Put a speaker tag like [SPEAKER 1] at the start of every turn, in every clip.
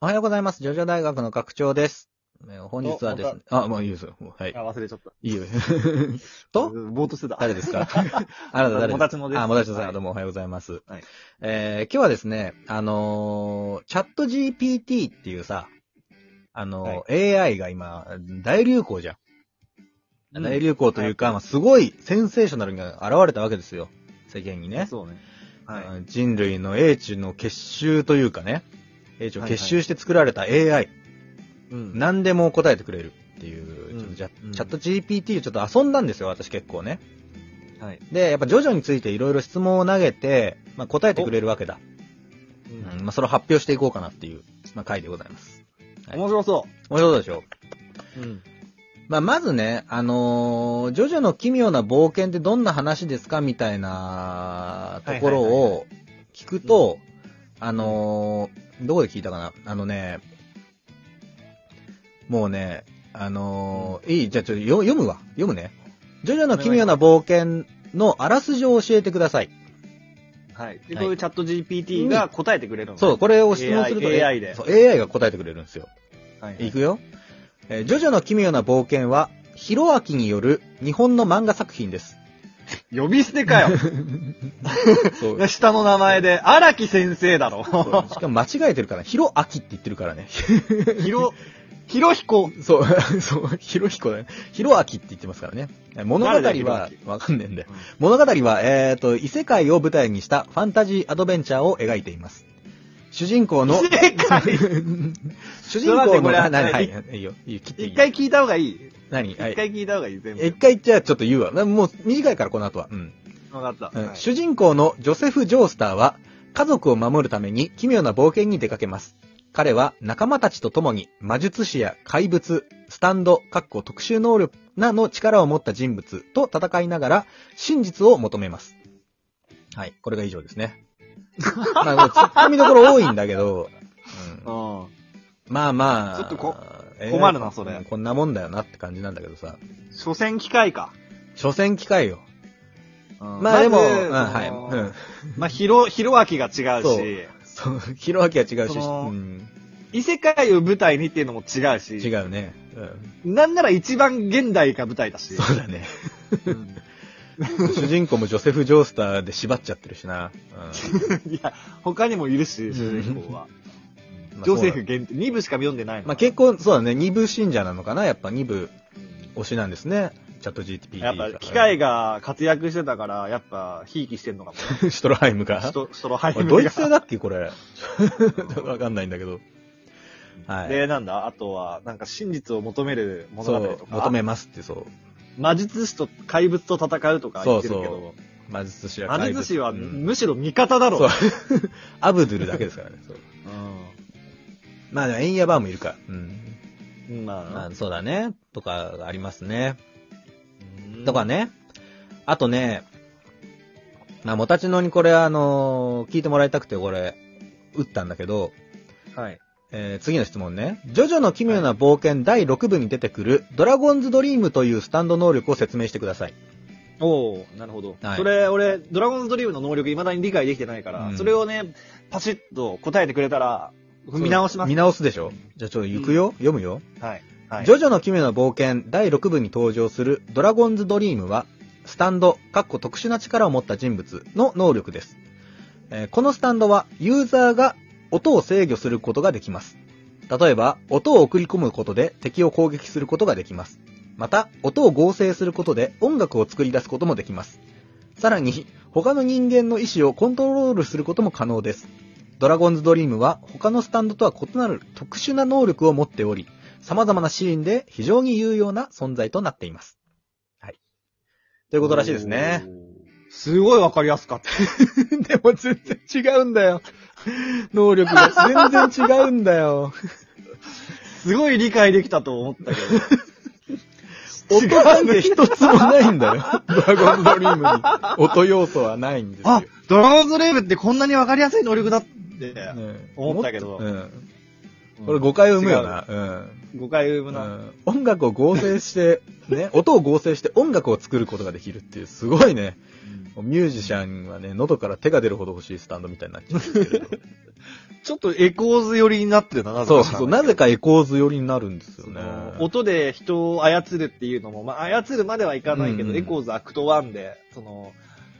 [SPEAKER 1] おはようございます。ジョジョ大学の学長です。えー本日はですね。あ、まあいいですよ。もうはい。
[SPEAKER 2] あ、忘れちゃった。
[SPEAKER 1] いい よ。と
[SPEAKER 2] とぼーっとしてた。
[SPEAKER 1] 誰です かあなた誰
[SPEAKER 2] もたちのです。
[SPEAKER 1] あ、もだちさ
[SPEAKER 2] は
[SPEAKER 1] ん、
[SPEAKER 2] い
[SPEAKER 1] どうもおはようございます。
[SPEAKER 2] はい
[SPEAKER 1] えー今日はですね、あのーチャット GPT っていうさ、あのー AI が今、大流行じゃん。
[SPEAKER 2] うん
[SPEAKER 1] 大流行というか、まあ、すごいセンセーショナルが現れたわけですよ。世間にね。
[SPEAKER 2] そうね。はい。
[SPEAKER 1] うん人類の英知の結集というかね、英知を結集して作られた AI。
[SPEAKER 2] うん。
[SPEAKER 1] 何でも答えてくれるっていう、
[SPEAKER 2] うん
[SPEAKER 1] ちょっとじゃ
[SPEAKER 2] うん
[SPEAKER 1] チャット GPT ちょっと遊んだんですよ、私結構ね。
[SPEAKER 2] はい。
[SPEAKER 1] で、やっぱジョジョについていろいろ質問を投げて、まあ、答えてくれるわけだ。
[SPEAKER 2] う
[SPEAKER 1] うんん、まあ、それを発表していこうかなっていう、まあ、回でございます。はい
[SPEAKER 2] 面白そ
[SPEAKER 1] 面白そうでしょ
[SPEAKER 2] う。うん。
[SPEAKER 1] まあ、まずね、あのージョジョの奇妙な冒険ってどんな話ですかみたいなところ
[SPEAKER 2] はいはい
[SPEAKER 1] を聞くと、あのーどこで聞いたかなあのね、もうね、あのーいい、じゃあちょっとよ読むわ。読むね。ジョジョの奇妙な冒険のあらすじを教えてください。
[SPEAKER 2] はい。で、
[SPEAKER 1] はい
[SPEAKER 2] こういうチャット GPT が答えてくれるの。
[SPEAKER 1] そう、これを質問すると
[SPEAKER 2] AI AI で
[SPEAKER 1] そう AI が答えてくれるんですよ。
[SPEAKER 2] はいはい。
[SPEAKER 1] いくよ。えージョジョの奇妙な冒険は、ヒロアキによる日本の漫画作品です。
[SPEAKER 2] 呼び捨てか よ。
[SPEAKER 1] そう
[SPEAKER 2] 下の名前で、荒木先生だろ。
[SPEAKER 1] そうしかも間違えてるから、ヒロアキって言ってるから ね。
[SPEAKER 2] ひろ、ひろひこ。
[SPEAKER 1] そう、 そう、ヒロヒコだね。ヒロアキって言ってますからね。え物語
[SPEAKER 2] 誰だよヒロア
[SPEAKER 1] は
[SPEAKER 2] キ、
[SPEAKER 1] わかんねえんだよ
[SPEAKER 2] うん。
[SPEAKER 1] 物語は、えーと、異世界を舞台にしたファンタジーアドベンチャーを描いています。主人公の、
[SPEAKER 2] 正解。
[SPEAKER 1] 主人公
[SPEAKER 2] ちょっと待ってこ
[SPEAKER 1] の、
[SPEAKER 2] れ
[SPEAKER 1] あ何
[SPEAKER 2] は
[SPEAKER 1] はいい、いいよ、いいよ、切っていい
[SPEAKER 2] 一回聞いた方がいい。
[SPEAKER 1] 何は
[SPEAKER 2] 一
[SPEAKER 1] い。
[SPEAKER 2] 回聞いた方がいい、全
[SPEAKER 1] 一
[SPEAKER 2] 部。
[SPEAKER 1] 回、じゃあちょっと言うわ。もう短いから、この後は。うん。
[SPEAKER 2] わかった。
[SPEAKER 1] うん
[SPEAKER 2] はい
[SPEAKER 1] 主人公のジョセフ・ジョースターは、家族を守るために奇妙な冒険に出かけます。彼は仲間たちと共に魔術師や怪物、スタンド、かっこ特殊能力なの力を持った人物と戦いながら真実を求めます。はい、これが以上です ね。まあ、ツッコミどころ多いんだけど、うん
[SPEAKER 2] うん。
[SPEAKER 1] まあまあ、
[SPEAKER 2] ちょっとこ
[SPEAKER 1] えー
[SPEAKER 2] 困るなそれ
[SPEAKER 1] うんこんなもんだよなって感じなんだけどさ、
[SPEAKER 2] 所詮機械か。
[SPEAKER 1] 所詮機会よ。
[SPEAKER 2] うん
[SPEAKER 1] まあでも、
[SPEAKER 2] ず
[SPEAKER 1] うんはい、
[SPEAKER 2] そうの
[SPEAKER 1] ん。
[SPEAKER 2] まあ、ひろ、ひろあきが違う
[SPEAKER 1] そう
[SPEAKER 2] し、
[SPEAKER 1] そう、ヒロアキは違うし、
[SPEAKER 2] その
[SPEAKER 1] うん、
[SPEAKER 2] 異世界を舞台にっていうのも違うし、
[SPEAKER 1] 違うね。うん、
[SPEAKER 2] なんなら一番現代が舞台だし。
[SPEAKER 1] そう だね。
[SPEAKER 2] うん
[SPEAKER 1] 主人公もジョセフ・ジョースターで縛っちゃってるしな。
[SPEAKER 2] いや、他にもいるし、主人公は。ジョセフ。限定、2部しか読んでないの。
[SPEAKER 1] まあ、結構、そうだね、二部信者なのかなやっぱ二部推しなんですね。チャット GPT。
[SPEAKER 2] やっぱ、機械
[SPEAKER 1] が。
[SPEAKER 2] が活躍してたから、やっぱ、ひいきしてんのかも。
[SPEAKER 1] シュトロハイム
[SPEAKER 2] ス
[SPEAKER 1] か。
[SPEAKER 2] トストロハイ
[SPEAKER 1] これ
[SPEAKER 2] ム
[SPEAKER 1] ドイツ製
[SPEAKER 2] が。
[SPEAKER 1] だっけこれ。 わかんないんだけど。はい。
[SPEAKER 2] で、なんだあとは、なんか真実を求める
[SPEAKER 1] そ
[SPEAKER 2] 物語
[SPEAKER 1] う
[SPEAKER 2] と、か。
[SPEAKER 1] 求めますってそう。
[SPEAKER 2] 魔術師と怪物と戦うとか言ってるけど。
[SPEAKER 1] そう魔術師や
[SPEAKER 2] 魔
[SPEAKER 1] 怪物
[SPEAKER 2] 術師は、
[SPEAKER 1] うん
[SPEAKER 2] むしろ味方だろ
[SPEAKER 1] そう。 アブドゥルだけですからね。そう
[SPEAKER 2] う
[SPEAKER 1] まあ、でもエンヤバーもいるから。うん。
[SPEAKER 2] ん。まあ、
[SPEAKER 1] まあ、そうだね。とか、ありますね。
[SPEAKER 2] うん
[SPEAKER 1] とか。ね。あとね、まあ、もたちのにこれ、あのー聞いてもらいたくて、これ、打ったんだけど、
[SPEAKER 2] はい。
[SPEAKER 1] えー次の質問ね。ジョジョの奇妙な冒険第6部に出てくる、ドラゴンズドリームというスタンド能力を説明してください。
[SPEAKER 2] おおなるほど。
[SPEAKER 1] はい
[SPEAKER 2] それ、俺、ドラゴンズドリームの能力未だに理解できてないから、
[SPEAKER 1] うん
[SPEAKER 2] それをね、パシッと答えてくれたら、見直します。
[SPEAKER 1] 見直すでしょじゃあちょっと行くよ、読むよ。
[SPEAKER 2] はい。はい。
[SPEAKER 1] ジョジョの奇妙な冒険第6部に登場するドラゴンズドリームは、スタンド、かっこ特殊な力を持った人物の能力です。えーこのスタンドは、ユーザーが音を制御することができます。例えば、音を送り込むことで敵を攻撃することができます。また、音を合成することで音楽を作り出すこともできます。さらに、他の人間の意思をコントロールすることも可能です。ドラゴンズドリームは他のスタンドとは異なる特殊な能力を持っており、様々なシーンで非常に有用な存在となっています。はい。ということらしいですね。
[SPEAKER 2] おー。すごいわかりやすか った。
[SPEAKER 1] でも全然違うんだよ。能力が全然違うんだよ。
[SPEAKER 2] すごい理解できたと思ったけ ど。
[SPEAKER 1] 音なんて一つもないんだよ。 ドラゴンズドリームに。音要素はないんですよ。
[SPEAKER 2] あ、ドラゴンズドリームってこんなにわかりやすい能力だって、
[SPEAKER 1] ね
[SPEAKER 2] 思ったけど
[SPEAKER 1] うん。これ誤解を生むよな。うん。
[SPEAKER 2] 誤解を生む
[SPEAKER 1] う
[SPEAKER 2] な。
[SPEAKER 1] ん音楽を合成してね、 音を合成して音楽を作ることができるっていう、すごいね、ミュージシャンはね、喉から手が出るほど欲しいスタンドみたいになっちゃうんですけれど。
[SPEAKER 2] ちょっとエコーズ寄りになってるな、なぜ
[SPEAKER 1] そう
[SPEAKER 2] か
[SPEAKER 1] そ
[SPEAKER 2] 知
[SPEAKER 1] う
[SPEAKER 2] ら
[SPEAKER 1] そう、
[SPEAKER 2] な
[SPEAKER 1] ない
[SPEAKER 2] け
[SPEAKER 1] ぜ
[SPEAKER 2] ど
[SPEAKER 1] かエコーズ寄りになるんですよね。
[SPEAKER 2] その音で人を操るっていうのも、まあ、操るまではいかないけど、
[SPEAKER 1] うんうん
[SPEAKER 2] エコーズアクト1で、その、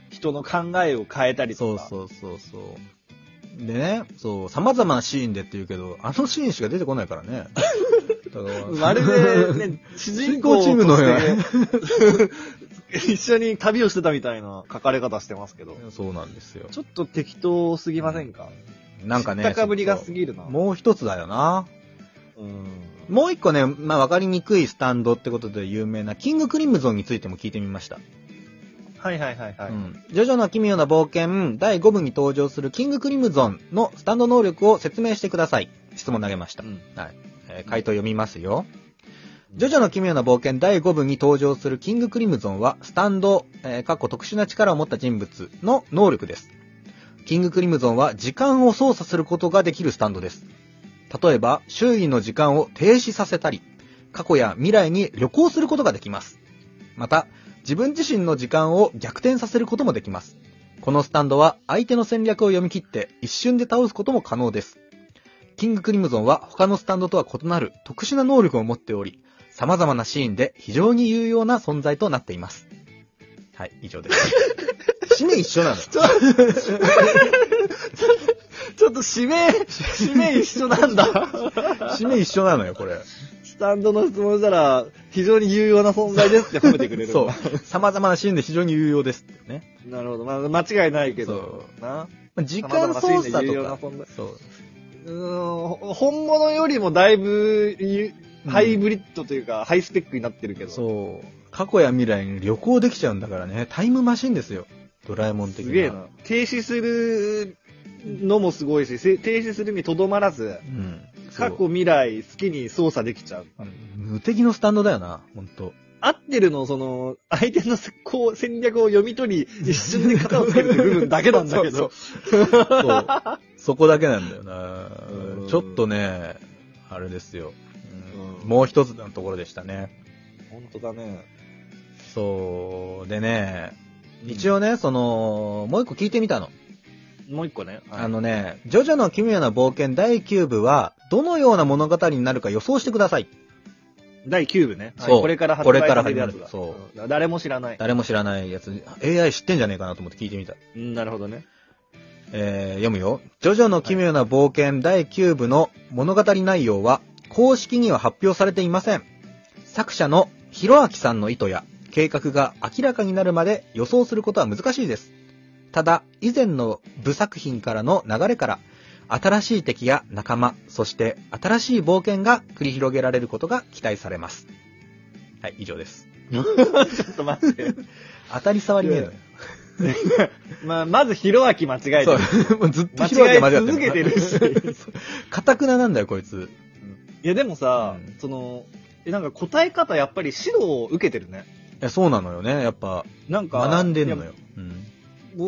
[SPEAKER 2] 人の考えを変えたり
[SPEAKER 1] そ
[SPEAKER 2] と
[SPEAKER 1] う
[SPEAKER 2] か。
[SPEAKER 1] そうそうそう。でね、そう、様々なシーンでって言うけど、あのシーンしか出てこないから ね。だから
[SPEAKER 2] まるで、ね、主人公
[SPEAKER 1] 主人公
[SPEAKER 2] と
[SPEAKER 1] チームのよ
[SPEAKER 2] して、 一緒に旅をしてたみたいな書かれ方してますけど、
[SPEAKER 1] そうなんですよ。
[SPEAKER 2] ちょっと適当すぎませんか
[SPEAKER 1] なんかね、
[SPEAKER 2] 知ったかぶりが
[SPEAKER 1] ち
[SPEAKER 2] す
[SPEAKER 1] ょっ
[SPEAKER 2] ぎるな。
[SPEAKER 1] ともう一つだよな。
[SPEAKER 2] うん。
[SPEAKER 1] もう一個ね、まあわかりにくいスタンドってことで有名な、キングクリムゾンについても聞いてみました。
[SPEAKER 2] はいはいはいはい。
[SPEAKER 1] うん。ジョジョの奇妙な冒険、第5部に登場するキングクリムゾンのスタンド能力を説明してください。質問投げました。
[SPEAKER 2] うん
[SPEAKER 1] はい。えー回答読みますよ。ジョジョの奇妙な冒険第5部に登場するキングクリムゾンは、スタンド、えー、かっこ特殊な力を持った人物の能力です。キングクリムゾンは時間を操作することができるスタンドです。例えば、周囲の時間を停止させたり、過去や未来に旅行することができます。また、自分自身の時間を逆転させることもできます。このスタンドは相手の戦略を読み切って一瞬で倒すことも可能です。キングクリムゾンは他のスタンドとは異なる特殊な能力を持っており、様々なシーンで非常に有用な存在となっています。はい、以上 です。締め一緒なのよ
[SPEAKER 2] ちょ、ちょっと指名、指名一緒な んだ。
[SPEAKER 1] 締め一緒なのよ、これ。
[SPEAKER 2] スタンドの質問したら、非常に有用な存在ですって褒めてくれる。
[SPEAKER 1] そ。う。様々なシーンで非常に有用ですってね。
[SPEAKER 2] なるほど。まあ、間違いないけど。な。
[SPEAKER 1] まあ時間操
[SPEAKER 2] 様々なシーン
[SPEAKER 1] 作
[SPEAKER 2] で有
[SPEAKER 1] と
[SPEAKER 2] 用な
[SPEAKER 1] か
[SPEAKER 2] 存在。
[SPEAKER 1] そう。
[SPEAKER 2] うーん、本物よりもだいぶゆ、
[SPEAKER 1] うん
[SPEAKER 2] ハイブリッドというか、ハイスペックになってるけど。
[SPEAKER 1] そう。過去や未来に旅行できちゃうんだからね。タイムマシンですよ。ドラえもん的
[SPEAKER 2] す
[SPEAKER 1] な。
[SPEAKER 2] げえな。停止するのもすごいし、せ停止するにとどまらず、
[SPEAKER 1] うん。
[SPEAKER 2] 過
[SPEAKER 1] そ
[SPEAKER 2] 去
[SPEAKER 1] う、
[SPEAKER 2] 未来好きに操作できちゃう。
[SPEAKER 1] うん無敵のスタンドだよな、ほんと。
[SPEAKER 2] 合ってるの、その、相手のせこう戦略を読み取り、一瞬で型をつけるって部分だけなんだけ
[SPEAKER 1] そう
[SPEAKER 2] ど。
[SPEAKER 1] そう。そこだけなんだよな
[SPEAKER 2] う。ん
[SPEAKER 1] ちょっとね、あれですよ。う
[SPEAKER 2] うんん
[SPEAKER 1] もう一つのところでしたね。
[SPEAKER 2] 本当だね。
[SPEAKER 1] そう。でね、一応ね、その、もう一個聞いてみたの。
[SPEAKER 2] もう一個ね。
[SPEAKER 1] あのね、ジョジョの奇妙な冒険第9部は、どのような物語になるか予想してください。
[SPEAKER 2] 第9部ね。
[SPEAKER 1] そう
[SPEAKER 2] はいこれから発売されるやつ
[SPEAKER 1] これから
[SPEAKER 2] だ。
[SPEAKER 1] 始まる
[SPEAKER 2] うん誰も知らない。
[SPEAKER 1] 誰も知らないやつ、AI 知ってんじゃねえかなと思って聞いてみた。
[SPEAKER 2] うんなるほどね。
[SPEAKER 1] えー読むよ。ジョジョの奇妙な冒険第9部の物語内容は公式には発表されていません。作者のヒロアキさんの意図や計画が明らかになるまで予想することは難しいです。ただ、以前の部作品からの流れから、新しい敵や仲間、そして新しい冒険が繰り広げられることが期待されます。はい、以上です。
[SPEAKER 2] ちょっと待って。
[SPEAKER 1] 当たり障りねえのよ。
[SPEAKER 2] まあ、まず、ひろあき間違えてる。
[SPEAKER 1] そう。もうずっとヒロア
[SPEAKER 2] 間
[SPEAKER 1] キ
[SPEAKER 2] 違
[SPEAKER 1] は間
[SPEAKER 2] え
[SPEAKER 1] 違って
[SPEAKER 2] 続けて るし。
[SPEAKER 1] かたくななんだよ、こいつ。
[SPEAKER 2] いや、でもさ、
[SPEAKER 1] うん
[SPEAKER 2] その、え、なんか答え方やっぱり指導を受けてるね。
[SPEAKER 1] いや、そうなのよね。やっぱ、
[SPEAKER 2] なんか、
[SPEAKER 1] 学んでんの
[SPEAKER 2] いや。
[SPEAKER 1] よ。うん。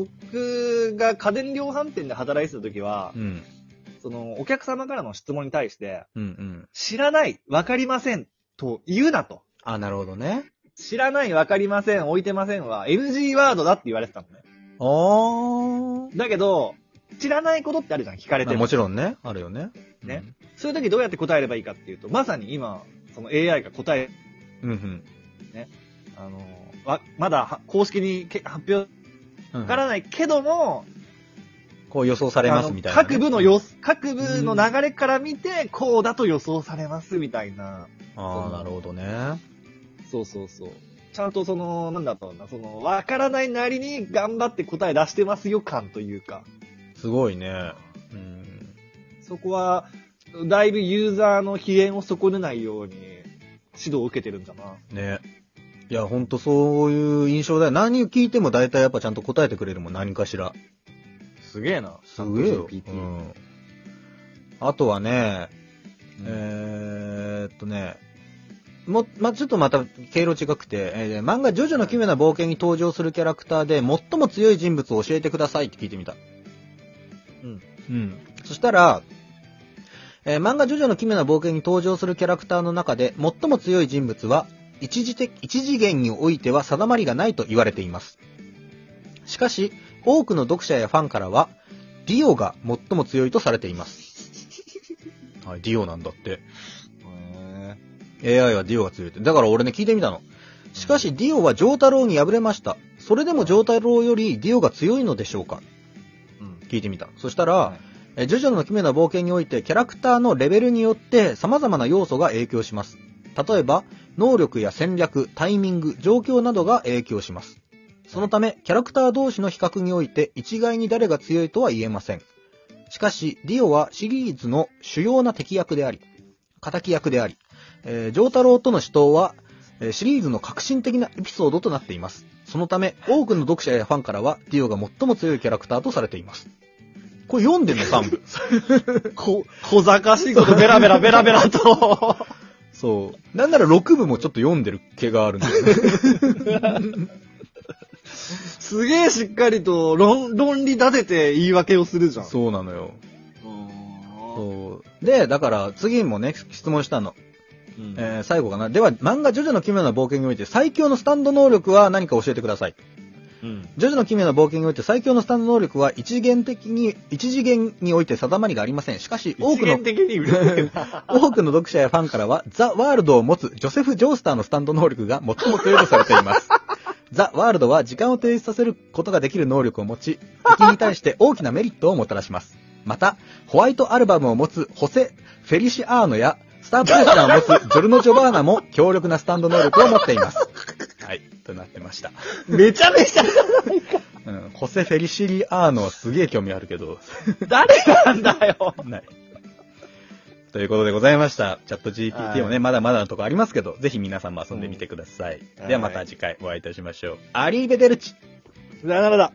[SPEAKER 2] 僕が家電量販店で働いてた時は
[SPEAKER 1] う、ん。
[SPEAKER 2] その、お客様からの質問に対して、
[SPEAKER 1] うんうん。
[SPEAKER 2] 知らない、わかりません、と言うなと。
[SPEAKER 1] あ、なるほどね。
[SPEAKER 2] 知らない、わかりません、置いてませんは NG ワードだって言われてたのね。
[SPEAKER 1] あー。
[SPEAKER 2] だけど、知らないことってあるじゃん、聞かれて
[SPEAKER 1] まあ
[SPEAKER 2] も。
[SPEAKER 1] もちろんね。あるよね。
[SPEAKER 2] ねそういう時どうやって答えればいいかっていうと、まさに今、その AI が答え、
[SPEAKER 1] うん。うん
[SPEAKER 2] あの、わまだは公式にけ発表
[SPEAKER 1] うん。う
[SPEAKER 2] わ
[SPEAKER 1] ん
[SPEAKER 2] からないけども、
[SPEAKER 1] こう予想され
[SPEAKER 2] あ
[SPEAKER 1] ます
[SPEAKER 2] の
[SPEAKER 1] みたいなね。
[SPEAKER 2] 各部のよ、各部の流れから見て、こうだと予想されますみたいな。
[SPEAKER 1] あー、なるほどね。
[SPEAKER 2] そうそうそう。ちゃんとその、なんだろうな、その、わからないなりに頑張って答え出してますよ感というか。
[SPEAKER 1] すごいね。うん。
[SPEAKER 2] そこは、だいぶユーザーの疲弊を損ねないように指導を受けてるんだな。
[SPEAKER 1] ね。いや、ほんとそういう印象だよ。何聞いても大体やっぱちゃんと答えてくれるもん、何かしら。
[SPEAKER 2] すげえな。
[SPEAKER 1] すげえよ。う
[SPEAKER 2] GPT
[SPEAKER 1] ん。あとはね、
[SPEAKER 2] うん
[SPEAKER 1] えーっとね、も、ま、ちょっとまた、経路違くて、えー漫画、ジョジョの奇妙な冒険に登場するキャラクターで、最も強い人物を教えてくださいって聞いてみた。
[SPEAKER 2] うん。
[SPEAKER 1] うん。そしたら、えー漫画、ジョジョの奇妙な冒険に登場するキャラクターの中で、最も強い人物は、一時的、一次元においては定まりがないと言われています。しかし、多くの読者やファンからは、ディオが最も強いとされています。はい、ディオなんだって。
[SPEAKER 2] へ
[SPEAKER 1] AI はディオが強いって。だから俺ね、聞いてみたの。しかし、ディオはジョータロウに敗れました。それでもジョータロウよりディオが強いのでしょうか
[SPEAKER 2] うん。
[SPEAKER 1] 聞いてみた。そしたら、
[SPEAKER 2] はい
[SPEAKER 1] えージョジョの奇妙な冒険においてキャラクターのレベルによって様々な要素が影響します。例えば、能力や戦略、タイミング、状況などが影響します。そのため、キャラクター同士の比較において一概に誰が強いとは言えません。しかし、ディオはシリーズの主要な敵役であり、敵役であり、えー、ジョータロウとの死闘は、えーシリーズの革新的なエピソードとなっています。そのため、多くの読者やファンからは、ディオが最も強いキャラクターとされています。これ読んでんの3部。
[SPEAKER 2] こ、小賢しいことベラベラベラベラと。
[SPEAKER 1] そう。なんなら6部もちょっと読んでる気があるんだ よね。
[SPEAKER 2] すげえしっかりと論、論理立てて言い訳をするじゃん。
[SPEAKER 1] そうなのよ。
[SPEAKER 2] う
[SPEAKER 1] そう。で、だから次もね、質問したの。
[SPEAKER 2] ん。え
[SPEAKER 1] えー最後かな。では、漫画ジョジョの奇妙な冒険において最強のスタンド能力は何か教えてください。
[SPEAKER 2] うん。
[SPEAKER 1] ジョジョの奇妙な冒険において最強のスタンド能力は一次元的に、一次元において定まりがありません。しかし、多
[SPEAKER 2] 一
[SPEAKER 1] くの
[SPEAKER 2] 元、的にうるせえな
[SPEAKER 1] 多くの読者やファンからは、ザ・ワールドを持つジョセフ・ジョースターのスタンド能力が最も強いとされています。ザ・ワールドは時間を停止させることができる能力を持ち、敵に対して大きなメリットをもたらします。また、ホワイトアルバムを持つホセ・フェリシアーノや、スタープレッシャーを持つジョルノ・ジョバーナも強力なスタンド能力を持っています。はい、となってました。
[SPEAKER 2] めちゃめちゃ、
[SPEAKER 1] うん、ホセ・フェリシリアーノはすげえ興味あるけど、
[SPEAKER 2] 誰なんだよ。
[SPEAKER 1] ない。ということでございました。チャット GPT も
[SPEAKER 2] は
[SPEAKER 1] ね、まだまだのとこありますけど、ぜひ皆さんも遊んでみてください。
[SPEAKER 2] うん
[SPEAKER 1] ではまた次回お会いいたしましょう。アリーベデルチ
[SPEAKER 2] さよならだ。